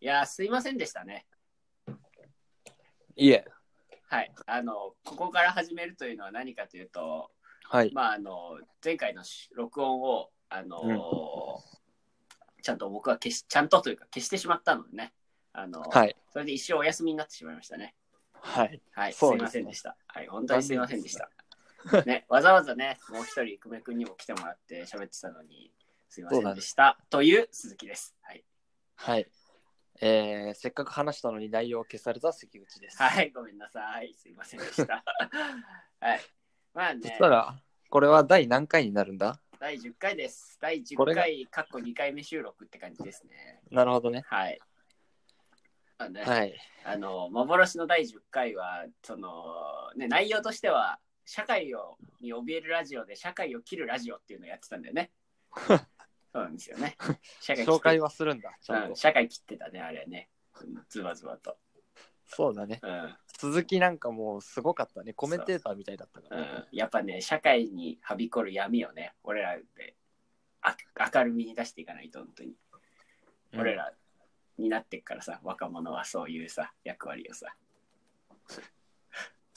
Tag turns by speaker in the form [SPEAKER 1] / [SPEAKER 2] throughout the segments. [SPEAKER 1] や、すいませんでしたね。
[SPEAKER 2] いえ、
[SPEAKER 1] はい。あの、ここから始めるというのは何かというと、
[SPEAKER 2] はい。
[SPEAKER 1] まあ、あの、前回のし録音を、あの、
[SPEAKER 2] うん
[SPEAKER 1] ちゃんと僕は消し、ちゃんとというか消してしまったのでね。あの、
[SPEAKER 2] はい。
[SPEAKER 1] それで一生お休みになってしまいましたね。
[SPEAKER 2] はい。
[SPEAKER 1] はい、す
[SPEAKER 2] そう
[SPEAKER 1] い
[SPEAKER 2] です
[SPEAKER 1] ません
[SPEAKER 2] ね
[SPEAKER 1] でした。はい、本当にすいませんでした。ね、わざわざね、もう一人、久米君にも来てもらって喋ってたのに、すいませんでした。という鈴木です。はい、
[SPEAKER 2] はい。えー、せっかく話したのに内容を消された関口です。
[SPEAKER 1] はい、ごめんなさい。すいませんでした。はい。まあ
[SPEAKER 2] そし
[SPEAKER 1] ね
[SPEAKER 2] た、ら、これは第何回になるんだ
[SPEAKER 1] 第10回です。第10
[SPEAKER 2] これが
[SPEAKER 1] 回、かっこ2回目収録って感じですね。
[SPEAKER 2] なるほどね。
[SPEAKER 1] はい。あのね、
[SPEAKER 2] はい。
[SPEAKER 1] あの幻の第10回はその、ね、内容としては社会をに怯えるラジオで社会を切るラジオっていうのをやってたんだよ ね。そうなんですよね。社会切って
[SPEAKER 2] 紹介はするんだ、ちゃん
[SPEAKER 1] う
[SPEAKER 2] と
[SPEAKER 1] ん、。社会切ってたね、あれはね。ズバズバと。
[SPEAKER 2] そうだね。
[SPEAKER 1] うん
[SPEAKER 2] 鈴木なんかもうすごかったね。コメンテーターみたいだったか
[SPEAKER 1] う
[SPEAKER 2] ら。
[SPEAKER 1] ん、やっぱね、社会にはびこる闇をね、俺らであ明るみに出していかないと、本当に。
[SPEAKER 2] うん
[SPEAKER 1] 俺。らになってっからさ、若者はそういうさ、役割をさ。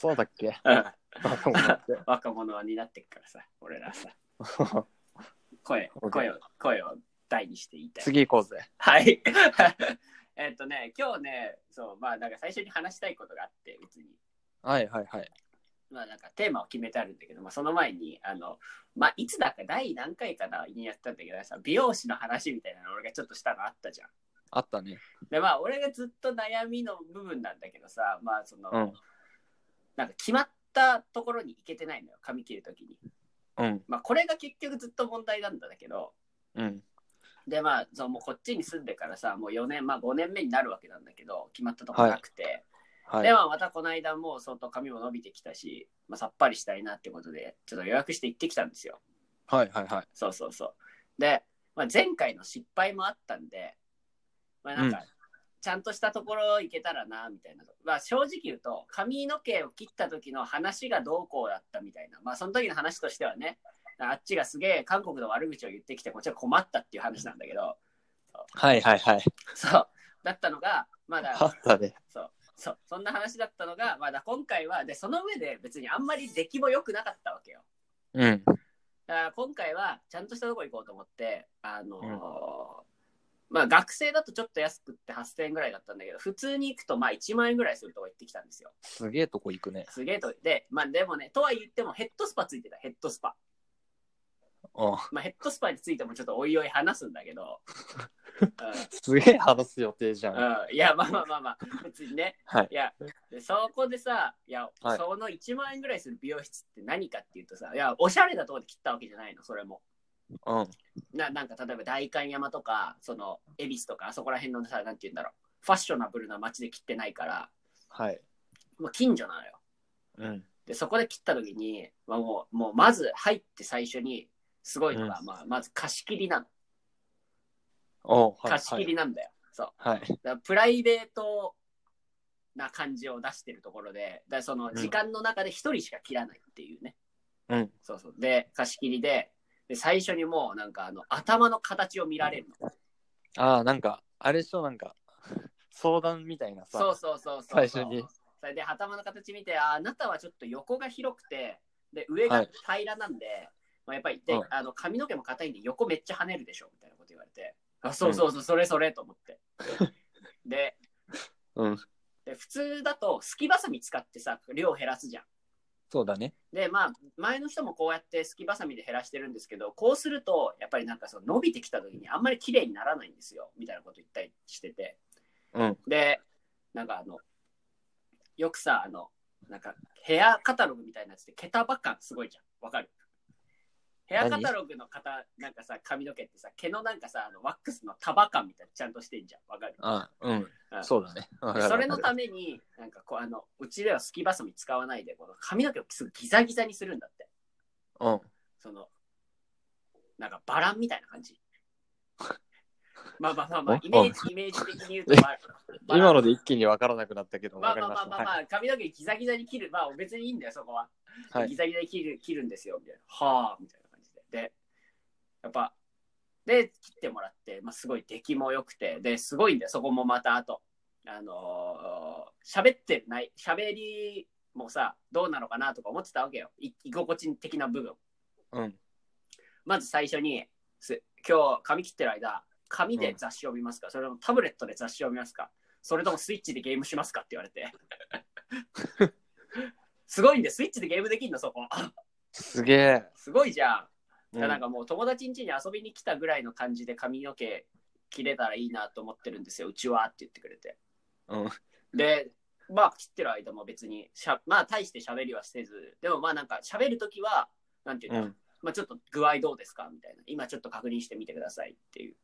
[SPEAKER 2] そうだっ け
[SPEAKER 1] うん
[SPEAKER 2] バカ者って
[SPEAKER 1] 若者は担ってっからさ、俺らさ。 声、
[SPEAKER 2] OK
[SPEAKER 1] 声を、声を大にして言いたい。
[SPEAKER 2] 次行こうぜ。
[SPEAKER 1] はい。 えっとね、今日ね、そう、まあ、なんか最初に話したいことがあって、別に。
[SPEAKER 2] はいはいはい。
[SPEAKER 1] まあ、なんかテーマを決めてあるんだけど、まあ、その前に、あの、まあ、いつだか第何回かなにやったんだけどさ、美容師の話みたいなの俺がちょっとしたのあったじゃん。
[SPEAKER 2] あったね。
[SPEAKER 1] で、まあ、俺がずっと悩みの部分なんだけどさ、まあ、その、
[SPEAKER 2] うん
[SPEAKER 1] なんか決まったところに行けてないのよ、髪切るときに。
[SPEAKER 2] うん。
[SPEAKER 1] まあ、これが結局ずっと問題なんだけど、
[SPEAKER 2] うん。
[SPEAKER 1] でまあそうもうこっちに住んでからさもう4年まあ5年目になるわけなんだけど決まったとこなくて、
[SPEAKER 2] は
[SPEAKER 1] で
[SPEAKER 2] い。
[SPEAKER 1] まあまたこの間もう相当髪も伸びてきたし、まあ、さっぱりしたいなってことでちょっと予約して行ってきたんですよ
[SPEAKER 2] はいはいはい。
[SPEAKER 1] そうそうそうで、まあ、前回の失敗もあったんでまあなんか、
[SPEAKER 2] うん
[SPEAKER 1] ちゃんとしたところ行けたらなみたいなまあ正直言うと髪の毛を切った時の話がどうこうだったみたいなまあその時の話としてはねあっちがすげえ韓国の悪口を言ってきてこっちは困ったっていう話なんだけど、
[SPEAKER 2] はいはいはい。
[SPEAKER 1] そう。だったのが、ま
[SPEAKER 2] あ
[SPEAKER 1] だ
[SPEAKER 2] っ、たね。
[SPEAKER 1] そう。そう。そんな話だったのが、まだ今回は、で、その上で別にあんまり出来も良くなかったわけよ。
[SPEAKER 2] うん。
[SPEAKER 1] だから今回は、ちゃんとしたとこ行こうと思って、あのー
[SPEAKER 2] うん
[SPEAKER 1] まあ学生だとちょっと安くって8000円ぐらいだったんだけど、普通に行くとまあ1万円ぐらいするとこ行ってきたんですよ。
[SPEAKER 2] すげえとこ行くね。
[SPEAKER 1] すげえと。で、まあでもね、とは言ってもヘッドスパついてた、ヘッドスパ。
[SPEAKER 2] うん。
[SPEAKER 1] まあヘッドスパについてもちょっとおいおい話すんだけど、うん、
[SPEAKER 2] すげえ話す予定じゃん。
[SPEAKER 1] うんいや、まあまあまあまあ、別にね。
[SPEAKER 2] はい
[SPEAKER 1] いや、でそこでさ、いや、
[SPEAKER 2] はい
[SPEAKER 1] その1万円ぐらいする美容室って何かっていうとさ、いや、おしゃれなとこで切ったわけじゃないの、それも。
[SPEAKER 2] うん。
[SPEAKER 1] ななんか、例えば代官山とか、その、恵比寿とか、あそこら辺のさ、なんて言うんだろう、ファッショナブルな街で切ってないから、
[SPEAKER 2] はい。
[SPEAKER 1] もう近所なのよ。
[SPEAKER 2] うん。
[SPEAKER 1] で、そこで切った時に、まあ、もう、もうまず入って最初に、すごいのが、まあ、まず貸し切りなの。
[SPEAKER 2] おうはい
[SPEAKER 1] 貸し切りなんだよ。そう。
[SPEAKER 2] はい。
[SPEAKER 1] だからプライベートな感じを出してるところで、だからその
[SPEAKER 2] ん
[SPEAKER 1] 時間の中で一人しか切らないっていうね。
[SPEAKER 2] うん。
[SPEAKER 1] そうそう。で、貸し切りで、で最初にもうなんかあの頭の形を見られるの。
[SPEAKER 2] ああ、なんか、あれでしょ、なんか、 相談みたいなさ。
[SPEAKER 1] そうそうそうそう。
[SPEAKER 2] 最初に。
[SPEAKER 1] それで頭の形見て、ああなたはちょっと横が広くて、で、上が平らなんで、まあ、やっぱりで、
[SPEAKER 2] うん
[SPEAKER 1] あの髪の毛も硬いんで横めっちゃ跳ねるでしょみたいなこと言われて、あ、そうそうそう、それそれと思 って。で、
[SPEAKER 2] うん。
[SPEAKER 1] で普通だとすきばさみ使ってさ量を減らすじゃん。
[SPEAKER 2] そうだね。
[SPEAKER 1] でまあ前の人もこうやってすきばさみで減らしてるんですけどこうするとやっぱりなんかその伸びてきた時にあんまり綺麗にならないんですよみたいなこと言ったりしてて
[SPEAKER 2] うん。
[SPEAKER 1] でなんかあのよくさあのなんかヘアカタログみたいなやつで毛束感すごいじゃんわかるヘアカタログの方なんかさ髪の毛ってさ毛のなんかさあのワックスの束感みたいなのちゃんとしてんじゃんわかる
[SPEAKER 2] ああ、うん
[SPEAKER 1] う。ん
[SPEAKER 2] そうだね。わかる
[SPEAKER 1] それのた
[SPEAKER 2] め。
[SPEAKER 1] めに、なんかこう、あの、うちではすきばさみ使わないで、この髪の毛をすぐギザギザにするんだって。
[SPEAKER 2] うん。
[SPEAKER 1] その、なんかバランみたいな感じ。まあまあまあまあ、イメージ、イメージ的に言うとバラ、バラン
[SPEAKER 2] 今ので一気にわからなくなったけど、
[SPEAKER 1] まあ
[SPEAKER 2] わか
[SPEAKER 1] ま
[SPEAKER 2] り
[SPEAKER 1] あまあ
[SPEAKER 2] まし
[SPEAKER 1] ま
[SPEAKER 2] た。
[SPEAKER 1] あま
[SPEAKER 2] はい
[SPEAKER 1] あ、髪の毛ギザギザに切る。まあ別にいいんだよ、そこは。
[SPEAKER 2] は
[SPEAKER 1] ギ
[SPEAKER 2] い。
[SPEAKER 1] ザギザに切る切るんですよ、みたいな。はあ、みたいな感じで。で、やっぱ、で、切ってもらって、まあ、すごい出来も良くて、で、すごいんだよ、そこもまたあと。あのー喋ってない、喋りもさ、どうなのかなとか思ってたわけよ。い居心地的な部分。
[SPEAKER 2] うん。
[SPEAKER 1] まず最初に、す今日、髪切ってる間、紙で雑誌を見ますか、それともタブレットで雑誌を見ますかそれともスイッチでゲームしますかって言われて。 すごいんで、スイッチでゲームできんの、そこ。 あ
[SPEAKER 2] すげえ。
[SPEAKER 1] すごいじゃん。
[SPEAKER 2] う
[SPEAKER 1] だからなんかもう友達ん家に遊びに来たぐらいの感じで髪の毛切れたらいいなと思ってるんですよ、うちはって言ってくれて。
[SPEAKER 2] うん
[SPEAKER 1] で、まあ切ってる間も別にしゃ、まあ大して喋りはせず、でもまあなんか喋るときは、なんていう
[SPEAKER 2] う
[SPEAKER 1] の、
[SPEAKER 2] ん。
[SPEAKER 1] まあちょっと具合どうですかみたいな、今ちょっと確認してみてくださいっていう、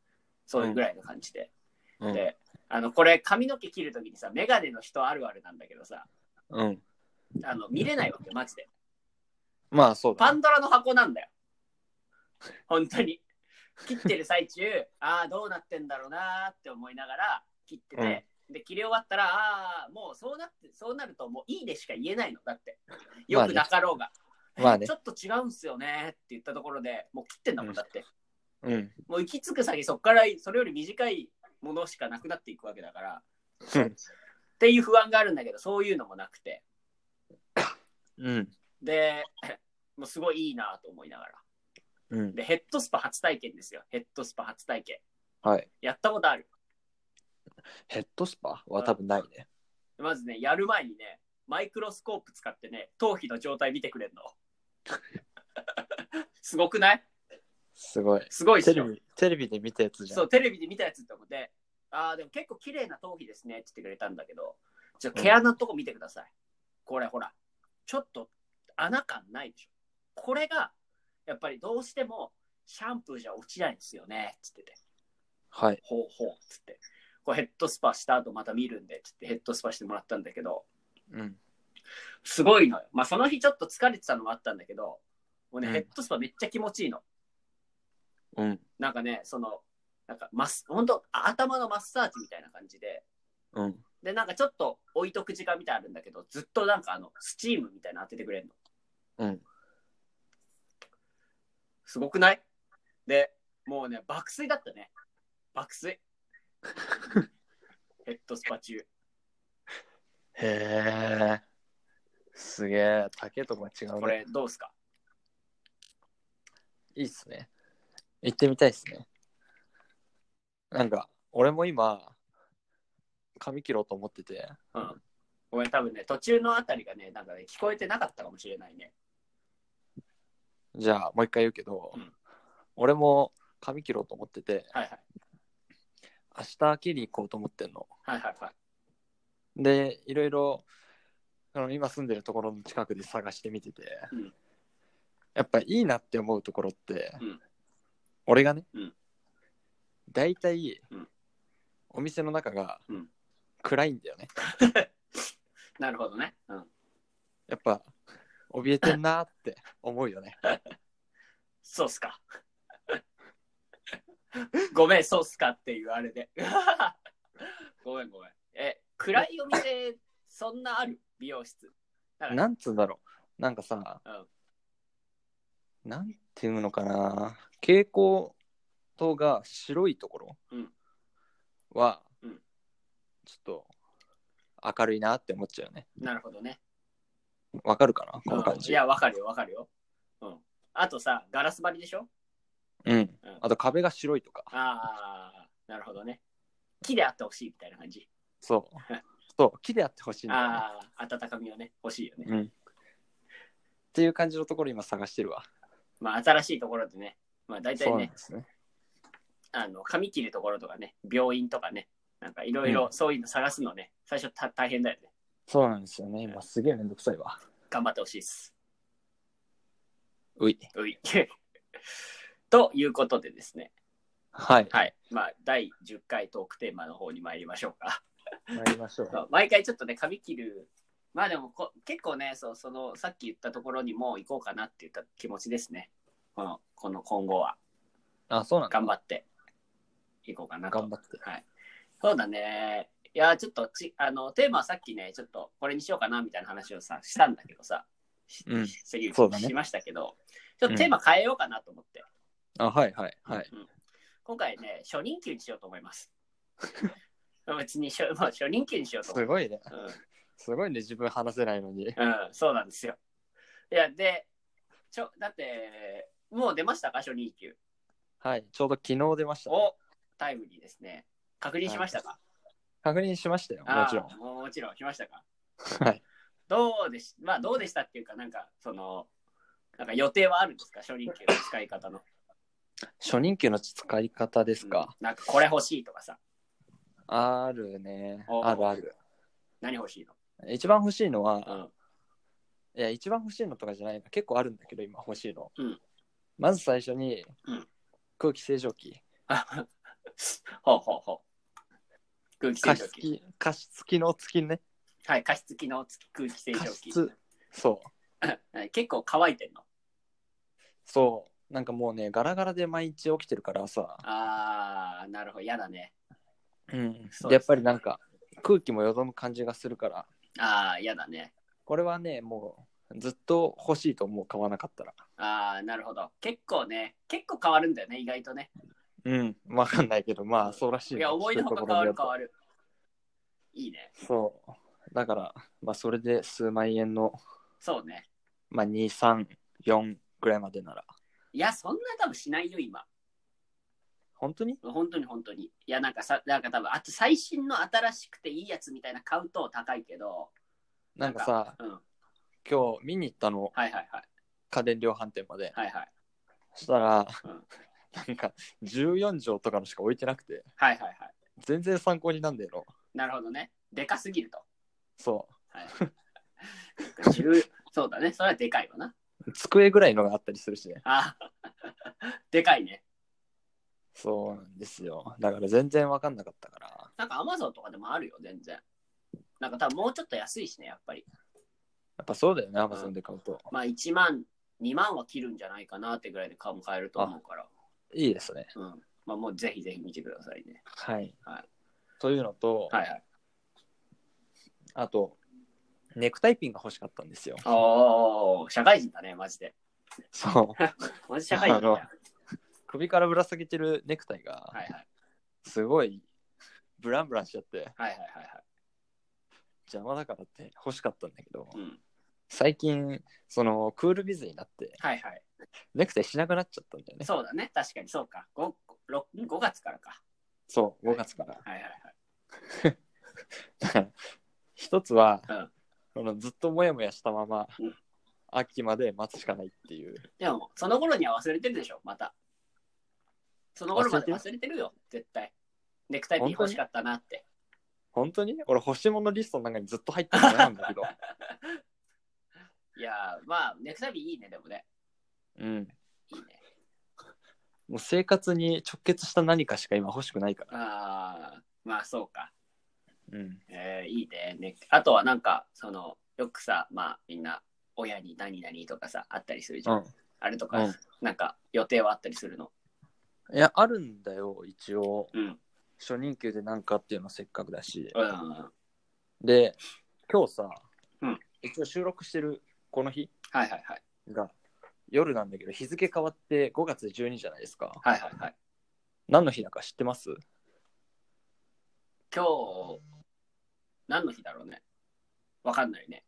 [SPEAKER 1] そういうぐらいの感じで。
[SPEAKER 2] うん。
[SPEAKER 1] で、あの、これ髪の毛切るときにさ、メガネの人あるあるなんだけどさ、
[SPEAKER 2] うん。
[SPEAKER 1] あの見れないわけ、マジで。
[SPEAKER 2] まあ、そうだ
[SPEAKER 1] パ
[SPEAKER 2] ね。
[SPEAKER 1] ンドラの箱なんだよ。本当に。切ってる最中、ああ、どうなってんだろうなーって思いながら切ってて、で、切り終わったら、ああ、もうそうなって、そうなるともういいでしか言えないの、だって。よくなかろうが。
[SPEAKER 2] まあね
[SPEAKER 1] ちょっと違うんすよねーって言ったところでもう切ってんだも、
[SPEAKER 2] うんん
[SPEAKER 1] だって。
[SPEAKER 2] うん。
[SPEAKER 1] もう行き着く先、そこからそれより短いものしかなくなっていくわけだから。
[SPEAKER 2] うん
[SPEAKER 1] っていう不安があるんだけど、そういうのもなくて。
[SPEAKER 2] うん。
[SPEAKER 1] で、 もうすごいいいなと思いながら。
[SPEAKER 2] うん。
[SPEAKER 1] で、ヘッドスパ初体験ですよ。ヘッドスパ初体験。
[SPEAKER 2] はい。
[SPEAKER 1] やったことある。
[SPEAKER 2] ヘッドスパは多分ないね。
[SPEAKER 1] まずね、やる前にね、マイクロスコープ使ってね、頭皮の状態見てくれんの。 すごくない
[SPEAKER 2] すごい。
[SPEAKER 1] すごいっ
[SPEAKER 2] テ
[SPEAKER 1] し
[SPEAKER 2] レ
[SPEAKER 1] ょ。
[SPEAKER 2] ビ、テレビで見たやつじゃん。
[SPEAKER 1] そう、テレビで見たやつって思って、ああ、でも結構綺麗な頭皮ですねって言ってくれたんだけど、ちょっと毛穴のとこ見てください。これほら、ちょっと穴感ないでしょ。これが、やっぱりどうしてもシャンプーじゃ落ちないんですよねって言ってて。
[SPEAKER 2] はい。
[SPEAKER 1] ほうほうっつって、こうヘッドスパした後また見るんでっつってヘッドスパしてもらったんだけど、
[SPEAKER 2] うん。
[SPEAKER 1] すごいのよ。まあその日ちょっと疲れてたのもあったんだけど、もうね、
[SPEAKER 2] うん
[SPEAKER 1] ヘッドスパめっちゃ気持ちいいの。
[SPEAKER 2] うん。
[SPEAKER 1] なんかね、その、なんかマス、本当頭のマッサージみたいな感じで、
[SPEAKER 2] うん。
[SPEAKER 1] で、なんかちょっと置いとく時間みたいなのあるんだけど、ずっとなんかあの、スチームみたいなの当ててくれるの。
[SPEAKER 2] うん。
[SPEAKER 1] すごくないで、もうね、爆睡だったね。爆 睡。ヘッドスパ中。
[SPEAKER 2] へえ。すげえ。竹とか違う
[SPEAKER 1] こ
[SPEAKER 2] ね。
[SPEAKER 1] れどうすか
[SPEAKER 2] いいっすね。行ってみたいっすね。なんか、俺も今、髪切ろうと思ってて。
[SPEAKER 1] うん。ごめん、多分ね、途中のあたりがね、なんかね、聞こえてなかったかもしれないね。
[SPEAKER 2] じゃあ、もう一回言うけど、
[SPEAKER 1] うん
[SPEAKER 2] 俺も髪切ろうと思ってて、
[SPEAKER 1] はいはい。
[SPEAKER 2] 明日切り行こうと思ってんの。
[SPEAKER 1] はいはいはい。
[SPEAKER 2] で、いろいろ、その今住んでるところの近くで探してみてて、
[SPEAKER 1] うん
[SPEAKER 2] やっぱいいなって思うところって、
[SPEAKER 1] うん
[SPEAKER 2] 俺がね、
[SPEAKER 1] うん
[SPEAKER 2] 大体、
[SPEAKER 1] うん
[SPEAKER 2] お店の中が
[SPEAKER 1] うん
[SPEAKER 2] 暗いんだよね。
[SPEAKER 1] なるほどね。うん。
[SPEAKER 2] やっぱ、怯えてんなーって思うよね。
[SPEAKER 1] そうっすか。ごめん、そうっすかっていうあれで。 ごめんごめん。え、暗いお店、そんなある美容室。はい
[SPEAKER 2] なんつうんだろう。なんかさ、
[SPEAKER 1] うん
[SPEAKER 2] なんていうのかな。蛍光灯が白いところ
[SPEAKER 1] うん
[SPEAKER 2] は、
[SPEAKER 1] うん
[SPEAKER 2] ちょっと明るいなって思っちゃうよね。
[SPEAKER 1] なるほどね。
[SPEAKER 2] わかるかなこ
[SPEAKER 1] う
[SPEAKER 2] の
[SPEAKER 1] ん
[SPEAKER 2] 感、
[SPEAKER 1] い
[SPEAKER 2] じ。
[SPEAKER 1] や、わかるよ、わかるよ。うん。あとさ、ガラス張りでしょ
[SPEAKER 2] うん
[SPEAKER 1] うん。
[SPEAKER 2] あと壁が白いとか。
[SPEAKER 1] ああ、なるほどね。木であってほしいみたいな感じ。
[SPEAKER 2] そう。そう。木であってほしいんだよね、
[SPEAKER 1] ああ、温かみをね、欲しいよね。
[SPEAKER 2] うん。っていう感じのところ今探してるわ。
[SPEAKER 1] まあ、新しいところでね、まあ、大体
[SPEAKER 2] そうなん
[SPEAKER 1] ね、
[SPEAKER 2] ですね。
[SPEAKER 1] あの、髪切るところとかね、病院とかね、なんかいろいろそういうの探すのね、最初た大変だよね。
[SPEAKER 2] そうなんですよね。今すげえめんどくさいわ。
[SPEAKER 1] 頑張ってほしいです。
[SPEAKER 2] うい。
[SPEAKER 1] うい。 ということでですね、
[SPEAKER 2] はい。
[SPEAKER 1] はい。まあ、第10回トークテーマの方に参りましょうか。
[SPEAKER 2] 参りましょう。
[SPEAKER 1] そう毎回ちょっとね、髪切る、まあでもこ結構ねそう、その、さっき言ったところにもう行こうかなって言った気持ちですね。この、この今後は、
[SPEAKER 2] あ、そうなんだ。
[SPEAKER 1] 頑張って行こうかなと。
[SPEAKER 2] 頑張って。
[SPEAKER 1] はい。そうだね。いや、ちょっとち、あの、テーマはさっきね、ちょっとこれにしようかなみたいな話をさ、したんだけどさ、し
[SPEAKER 2] うん
[SPEAKER 1] 杉内
[SPEAKER 2] そうだね
[SPEAKER 1] しましたけど、ちょっとテーマ変えようかなと思って。
[SPEAKER 2] あ、はいはいはい。
[SPEAKER 1] うん今回ね、初任給にしようと思います。 別にしょ、まあ、初任給にしようと思
[SPEAKER 2] す
[SPEAKER 1] う。
[SPEAKER 2] ごいね。
[SPEAKER 1] うん
[SPEAKER 2] すごいね、自分話せないのに。
[SPEAKER 1] うん、そうなんですよ。いや、で、ちょ、だって、もう出ましたか、初任給。
[SPEAKER 2] はい、ちょうど昨日出ました。
[SPEAKER 1] お、タイムリーですね。確認しましたか、
[SPEAKER 2] 確認しましたよ、
[SPEAKER 1] あ
[SPEAKER 2] もちろん。
[SPEAKER 1] ん。もうもちろん、しましたか。
[SPEAKER 2] はい。
[SPEAKER 1] どうでし、まあ、どうでしたっていうか、なんか、その、なんか予定はあるんですか、初任給の使い方の。
[SPEAKER 2] 初任給の使い方ですか。
[SPEAKER 1] うんなんか、これ欲しいとかさ、
[SPEAKER 2] あるね。
[SPEAKER 1] お
[SPEAKER 2] あるある。
[SPEAKER 1] 何欲しいの
[SPEAKER 2] 一番欲しいのは、
[SPEAKER 1] うん。
[SPEAKER 2] いや、一番欲しいのとかじゃないの。結構あるんだけど、今欲しいの。
[SPEAKER 1] うん
[SPEAKER 2] まず最初に、
[SPEAKER 1] うん
[SPEAKER 2] 空気清浄機。
[SPEAKER 1] あほうほうほう。空気清
[SPEAKER 2] 加
[SPEAKER 1] 浄
[SPEAKER 2] 湿
[SPEAKER 1] 機。
[SPEAKER 2] 器、加湿器の付きね。
[SPEAKER 1] はい、加湿器の空気清浄
[SPEAKER 2] 加
[SPEAKER 1] 機。
[SPEAKER 2] 湿。そう。
[SPEAKER 1] はい結構乾いてんの。
[SPEAKER 2] そう。なんかもうね、ガラガラで毎日起きてるからさ。
[SPEAKER 1] あー、なるほど、嫌だね。
[SPEAKER 2] うん
[SPEAKER 1] そうです。ね
[SPEAKER 2] やっぱりなんか、空気もよどむ感じがするから、
[SPEAKER 1] あー、嫌だね。
[SPEAKER 2] これはね、もう、ずっと欲しいと思う、買わなかったら。
[SPEAKER 1] ああ、なるほど。結構ね、結構変わるんだよね、意外とね。
[SPEAKER 2] うん。わかんないけど、まあ、そうらしい
[SPEAKER 1] い
[SPEAKER 2] な。
[SPEAKER 1] や、思いのほか変わる変わ
[SPEAKER 2] る。
[SPEAKER 1] る。いいね。
[SPEAKER 2] そう。だから、まあ、それで数万円の、
[SPEAKER 1] そうね。
[SPEAKER 2] まあ、2、3、4ぐらいまでなら。
[SPEAKER 1] いや、そんな多分しないよ、今。
[SPEAKER 2] 本当に
[SPEAKER 1] 本当に本当に。いや、なんかさ、なんか多分、あと最新の新しくていいやつみたいな買うと高いけど、
[SPEAKER 2] なんかさ、
[SPEAKER 1] うん。はい
[SPEAKER 2] 今日見に行ったの、
[SPEAKER 1] はいはい。
[SPEAKER 2] 家電量販店まで。
[SPEAKER 1] はいはい。
[SPEAKER 2] そしたら
[SPEAKER 1] うん、
[SPEAKER 2] なんか、14畳とかのしか置いてなくて、
[SPEAKER 1] はいはいはい。
[SPEAKER 2] 全然参考になんねえの。
[SPEAKER 1] なるほどね。でかすぎると。
[SPEAKER 2] そ
[SPEAKER 1] はい。10そうだね。それはでかいわな。
[SPEAKER 2] う。机ぐらいのがあったりするしね。
[SPEAKER 1] あ ーでかいね。
[SPEAKER 2] そうなんですよ。だから全然わかんなかったから。
[SPEAKER 1] なんか Amazon とかでもあるよ、全然。なんか多分もうちょっと安いしね、やっぱり。
[SPEAKER 2] やっぱそうだよね、アマゾンで買うと。
[SPEAKER 1] まあ1万、2万は切るんじゃないかなってぐらいで顔も買えると思うから。
[SPEAKER 2] いいですね。
[SPEAKER 1] うん。まあもうぜひぜひ見てくださいね。
[SPEAKER 2] はい。
[SPEAKER 1] はい
[SPEAKER 2] というのと、
[SPEAKER 1] はいはい。
[SPEAKER 2] あと、ネクタイピンが欲しかったんですよ。
[SPEAKER 1] おー、社会人だね、マジで。
[SPEAKER 2] そう。
[SPEAKER 1] マジ社会人だよ。
[SPEAKER 2] あの 首からぶら下げてるネクタイが、
[SPEAKER 1] はいはい。
[SPEAKER 2] すごい、ブランブランしちゃって、
[SPEAKER 1] はいはいはい
[SPEAKER 2] 邪魔だからって欲しかったんだけど、
[SPEAKER 1] はい。うん。
[SPEAKER 2] 最近、その、クールビズになって、
[SPEAKER 1] はいはい。
[SPEAKER 2] ネクタイしなくなっちゃったんだよね。
[SPEAKER 1] そうだね、確かにそうか。5, 6 5月からか。
[SPEAKER 2] そう、5月から。
[SPEAKER 1] はいはいはい。
[SPEAKER 2] だから 一つは、
[SPEAKER 1] うん
[SPEAKER 2] そのずっともやもやしたまま、
[SPEAKER 1] うん
[SPEAKER 2] 秋まで待つしかないっていう。
[SPEAKER 1] でも、その頃には忘れてるでしょ、また。その頃まで忘れてるよ、絶対。ネクタイピン欲しかったなって。
[SPEAKER 2] 本当に俺、欲しいものリストの中にずっと入ってるのなん だけど。
[SPEAKER 1] いやー、まあ、ネクタイピンいいね、でもね。
[SPEAKER 2] うん。
[SPEAKER 1] いいね。
[SPEAKER 2] もう生活に直結した何かしか今欲しくないから。
[SPEAKER 1] ああ、まあそうか。
[SPEAKER 2] うん。
[SPEAKER 1] えー、いいねね。あとはなんか、その、よくさ、まあみんな、親に何々とかさ、あったりするじゃん。あれとか、
[SPEAKER 2] うん
[SPEAKER 1] なんか予定はあったりするの。
[SPEAKER 2] いや、あるんだよ、一応。
[SPEAKER 1] うん。
[SPEAKER 2] 初任給で何かっていうのせっかくだし。
[SPEAKER 1] うん。
[SPEAKER 2] で、今日さ、
[SPEAKER 1] うん
[SPEAKER 2] 一応収録してるこの日
[SPEAKER 1] はいはいはい。
[SPEAKER 2] が夜なんだけど、日付変わって5月12じゃないですか。
[SPEAKER 1] はいはいはい。
[SPEAKER 2] 何の日だか知ってます
[SPEAKER 1] 今日、何の日だろうね。わかんないね。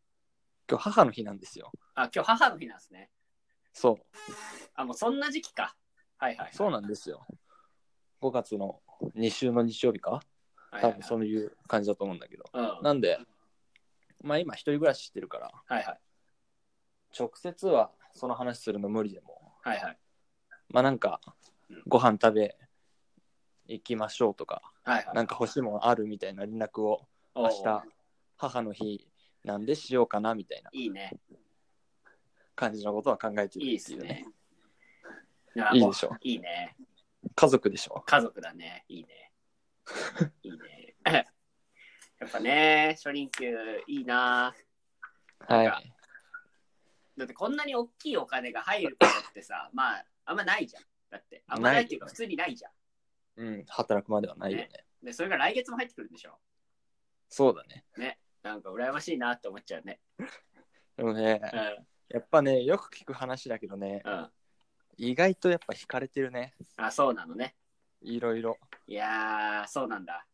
[SPEAKER 2] 今日母の日なんですよ。
[SPEAKER 1] あ、今日母の日なんですね。
[SPEAKER 2] そ、。
[SPEAKER 1] あ、もうそんな時期か。はいはい、はいう
[SPEAKER 2] そうなんですよ。5月の2週の日曜日か
[SPEAKER 1] はいは
[SPEAKER 2] 多
[SPEAKER 1] いはい
[SPEAKER 2] 分そういう感じだと思うんだけど。
[SPEAKER 1] うん。は
[SPEAKER 2] なんで、まあ今一人暮らししてるから、
[SPEAKER 1] いはい。
[SPEAKER 2] 直接はその話するの無理でも、
[SPEAKER 1] はいはい。
[SPEAKER 2] まあなんか
[SPEAKER 1] うん、
[SPEAKER 2] ご飯食べ行きましょうとか、
[SPEAKER 1] はいはい。
[SPEAKER 2] なんか欲しいもんあるみたいな連絡を
[SPEAKER 1] お
[SPEAKER 2] 明
[SPEAKER 1] ー
[SPEAKER 2] 日、母の日なんでしようかなみたいない
[SPEAKER 1] いね。
[SPEAKER 2] 感じのことは考えてる
[SPEAKER 1] いいで
[SPEAKER 2] って
[SPEAKER 1] す
[SPEAKER 2] いうね。
[SPEAKER 1] ね。
[SPEAKER 2] いいでしょ
[SPEAKER 1] あもういいね。
[SPEAKER 2] 家族でしょ。
[SPEAKER 1] 家族だね。いい ね。いいね。 やっぱね、初任給いいな。
[SPEAKER 2] は
[SPEAKER 1] なん
[SPEAKER 2] い。
[SPEAKER 1] だってこんなに大きいお金が入ることってさ、まあ、あんまないじゃん。だって、あんまないっていうか、
[SPEAKER 2] ない
[SPEAKER 1] 普通にないじゃん。
[SPEAKER 2] うん、働くまではないよね。
[SPEAKER 1] で、それが来月も入ってくるんでしょ。
[SPEAKER 2] そうだね。
[SPEAKER 1] なんか羨ましいなって思っちゃうね。
[SPEAKER 2] でもね、
[SPEAKER 1] うん。
[SPEAKER 2] やっぱね、よく聞く話だけどね、
[SPEAKER 1] うん。
[SPEAKER 2] 意外とやっぱ惹かれてるね。
[SPEAKER 1] あ、そうなのね。
[SPEAKER 2] いろいろ。
[SPEAKER 1] いやー、そうなんだ。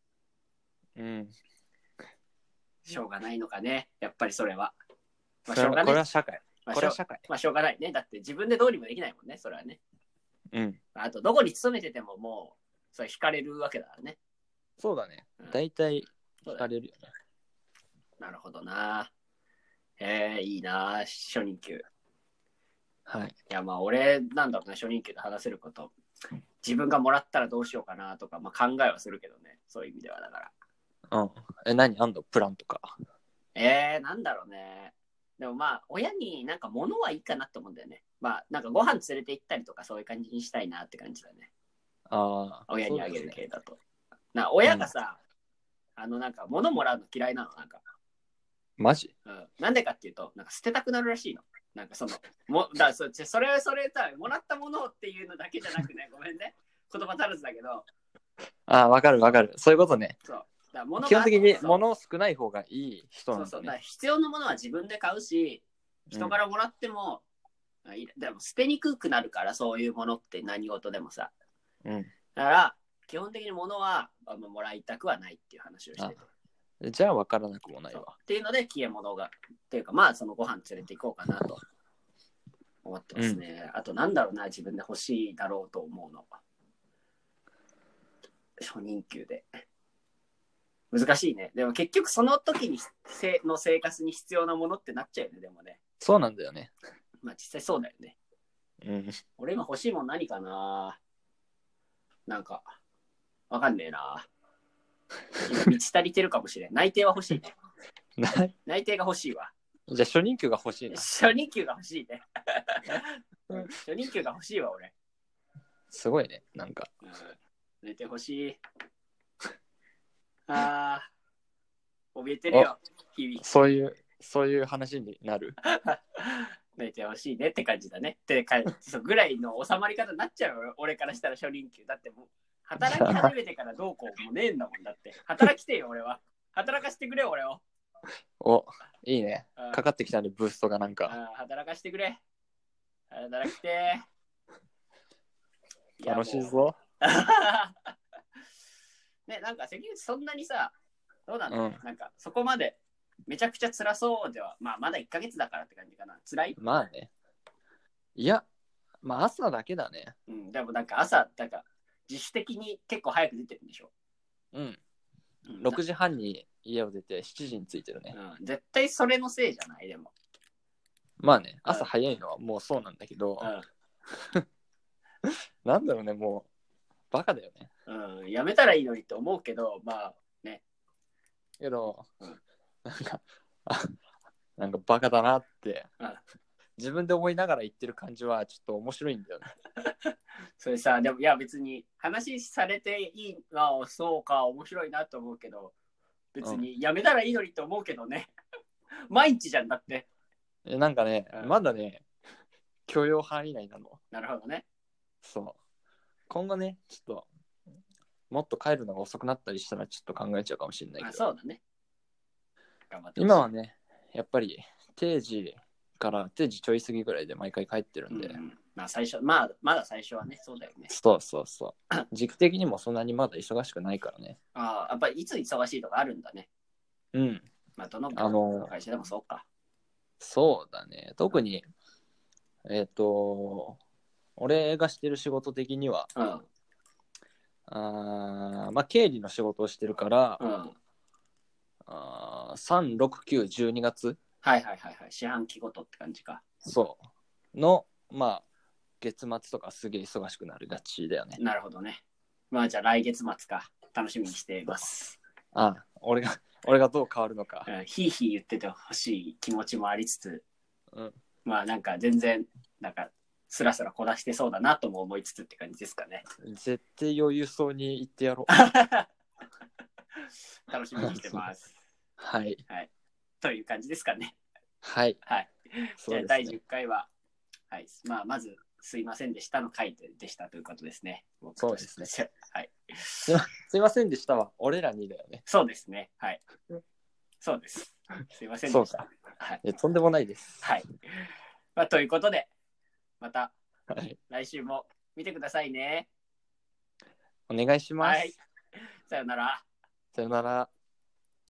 [SPEAKER 2] うん。
[SPEAKER 1] しょうがないのかね。やっぱりそれは。まあ、
[SPEAKER 2] そ
[SPEAKER 1] し
[SPEAKER 2] れ
[SPEAKER 1] ょうが
[SPEAKER 2] はこ
[SPEAKER 1] な
[SPEAKER 2] れ
[SPEAKER 1] い。
[SPEAKER 2] は社会。
[SPEAKER 1] まあ、
[SPEAKER 2] こ
[SPEAKER 1] し
[SPEAKER 2] れ
[SPEAKER 1] ょう
[SPEAKER 2] は社会。
[SPEAKER 1] まあ、しょうがないね。だって自分でどうにもできないもんね、それはね。
[SPEAKER 2] うん。
[SPEAKER 1] あと、どこに勤めててももう、それ惹かれるわけだからね。
[SPEAKER 2] そうだね
[SPEAKER 1] うん。
[SPEAKER 2] 大体、
[SPEAKER 1] そう
[SPEAKER 2] 惹
[SPEAKER 1] だ
[SPEAKER 2] か
[SPEAKER 1] ね
[SPEAKER 2] れるよね。
[SPEAKER 1] なるほどな。えー、いいな、初任給。
[SPEAKER 2] はい。
[SPEAKER 1] いやまあ俺なんだろうな初任給で話せること自分がもらったらどうしようかなとか、まあ、考えはするけどねそういう意味ではだから
[SPEAKER 2] うん。え、何あんのプランとか。
[SPEAKER 1] えー、なんだろうねでもまあ親になんか物はいいかなと思うんだよねまあなんかご飯連れて行ったりとかそういう感じにしたいなって感じだね
[SPEAKER 2] ああ。
[SPEAKER 1] 親にあげ
[SPEAKER 2] そう
[SPEAKER 1] る
[SPEAKER 2] ですね
[SPEAKER 1] 系だとな親がさ、あのなんか物もらうの嫌いなのなんか、
[SPEAKER 2] マジ
[SPEAKER 1] うん、なんでかっていうとなんか捨てたくなるらしいのなんかそのもだからそそれそれさもらったものっていうのだけじゃなく ねごめんね言葉足らずだけど
[SPEAKER 2] ああ、わかるわかる。そういうことね。
[SPEAKER 1] だから物が
[SPEAKER 2] 基本的に
[SPEAKER 1] そう
[SPEAKER 2] 物少ない方がいい人
[SPEAKER 1] そ
[SPEAKER 2] なん
[SPEAKER 1] う
[SPEAKER 2] だ
[SPEAKER 1] そう
[SPEAKER 2] よ
[SPEAKER 1] だから
[SPEAKER 2] ね。
[SPEAKER 1] 必要なものは自分で買うし、人からもらっても、あいいでも捨てにくくなるから、そういうものって何事でもさ。
[SPEAKER 2] うん。
[SPEAKER 1] だから、基本的に物はあんまもらいたくはないっていう話をしてて。
[SPEAKER 2] じゃあわからなくもない
[SPEAKER 1] そう
[SPEAKER 2] わ。
[SPEAKER 1] っていうので、消え物が。っていうか、まあ、そのご飯連れて行こうかなと思ってますね。あと、なんだろうな、自分で欲しいだろうと思うの。初任給で。難しいね。でも結局、その時にせの生活に必要なものってなっちゃうよね、でもね。
[SPEAKER 2] そうなんだよね。
[SPEAKER 1] まあ、実際そうだよね。
[SPEAKER 2] うん。
[SPEAKER 1] 俺今欲しいもん何かななんか、わかんねえな。今満ち足りてるかもしれん。内定は欲しいね。
[SPEAKER 2] なじゃ
[SPEAKER 1] 内定が欲しいわ。
[SPEAKER 2] あ初任給が欲しいな。
[SPEAKER 1] 初任給が欲しいね。 うん初任給が欲しいわ、俺。
[SPEAKER 2] すごいね。なんか。
[SPEAKER 1] うん、寝てほしい。ああ、怯えてるよ、日々。
[SPEAKER 2] そういう、そういう話になる。
[SPEAKER 1] 寝てほしいねって感じだね。って かそうぐらいの収まり方になっちゃうよ、俺からしたら初任給。だってもう、働 き始めてからどうこうもねえんだもんだって。働きてえよ、俺は。働かせてくれよ、俺を。
[SPEAKER 2] お、いいね。
[SPEAKER 1] うん
[SPEAKER 2] かかってきたね、ブーストがなんか。
[SPEAKER 1] あー働かせてくれ。働きてえ。や
[SPEAKER 2] 楽しいぞ。
[SPEAKER 1] ね、なんか関口そんなにさ、どうなの、
[SPEAKER 2] うん
[SPEAKER 1] なんかそこまでめちゃくちゃ辛そうでは、まあまだ1ヶ月だからって感じかな。辛い、
[SPEAKER 2] まあね。いや、まあ朝だけだね。
[SPEAKER 1] うん、でもなんか朝、なんか自主的に結構早く出てるんでしょ。
[SPEAKER 2] うん。
[SPEAKER 1] うん
[SPEAKER 2] 6時半に家を出て7時に着いてるね。
[SPEAKER 1] うん、絶対それのせいじゃない、でも。
[SPEAKER 2] まあね、朝早いのはもうそうなんだけど、なんだろうね、もう、バカだよね。
[SPEAKER 1] うん、うん、やめたらいいのにって思うけど、まあ、
[SPEAKER 2] けど、
[SPEAKER 1] うん
[SPEAKER 2] なんか、あなんかバカだなって
[SPEAKER 1] うん、
[SPEAKER 2] 自分で思いながら言ってる感じはちょっと面白いんだよね。
[SPEAKER 1] それさ、でもいや別に話されていいのはそうか、面白いなと思うけど、別にやめたらいいのにと思うけどね。 毎日じゃんだって。
[SPEAKER 2] えなんかね、
[SPEAKER 1] うん
[SPEAKER 2] まだね、許容範囲内なの。
[SPEAKER 1] なるほどね。
[SPEAKER 2] そう。今後ね、ちょっと、もっと帰るのが遅くなったりしたら、ちょっと考えちゃうかもしれない
[SPEAKER 1] あ
[SPEAKER 2] けど、
[SPEAKER 1] そうだね。頑張ってほしい
[SPEAKER 2] 今はね、やっぱり定時から定時ちょい過ぎぐらいで毎回帰ってる
[SPEAKER 1] うん
[SPEAKER 2] んで、
[SPEAKER 1] うんまあ最初、まあ、まだ最初はね、そうだよね。
[SPEAKER 2] そうそうそう。 時期的にもそんなにまだ忙しくないからね。
[SPEAKER 1] ああ、やっぱりいつ忙しいとかあるんだね。
[SPEAKER 2] うん、
[SPEAKER 1] まあ、どの
[SPEAKER 2] あの
[SPEAKER 1] 会社でもそうか。
[SPEAKER 2] そうだね。特に、えっ、と、俺がしてる仕事的には、
[SPEAKER 1] うん、
[SPEAKER 2] あーまあ、経理の仕事をしてるから、
[SPEAKER 1] うん。はい
[SPEAKER 2] あー3、6、9、12月
[SPEAKER 1] はいはいはい。四半期ごとって感じか。
[SPEAKER 2] そう。の、まあ、月末とかすげえ忙しくなるがちだよね。
[SPEAKER 1] なるほどね。まあじゃあ来月末か。楽しみにしています。
[SPEAKER 2] ああ俺が、 俺がどう変わるのか。
[SPEAKER 1] うんひいひい言っててほしい気持ちもありつつ、
[SPEAKER 2] うん
[SPEAKER 1] まあなんか全然、なんか、スラスラこなしてそうだなとも思いつつって感じですか ね。
[SPEAKER 2] 絶対余裕そうに言ってやろう。
[SPEAKER 1] 楽しみにしてます。
[SPEAKER 2] はい。
[SPEAKER 1] という感じですかね。
[SPEAKER 2] はい。
[SPEAKER 1] はい。じ
[SPEAKER 2] そうで
[SPEAKER 1] ゃあ第
[SPEAKER 2] すね
[SPEAKER 1] 10。回は、はい。まあまず、すいませんでしたの回ででしたということですね。僕
[SPEAKER 2] そうですね
[SPEAKER 1] として。はい。
[SPEAKER 2] すいませんでしたわ。俺らにだよね。
[SPEAKER 1] そうですね。はい。そうです。すいませんでした。はい。
[SPEAKER 2] えとんでもないです。
[SPEAKER 1] はい。まあ、ということで、また
[SPEAKER 2] はい。
[SPEAKER 1] 来週も見てくださいね。
[SPEAKER 2] お
[SPEAKER 1] お願いします。
[SPEAKER 2] はいさよなら。
[SPEAKER 1] さよなら。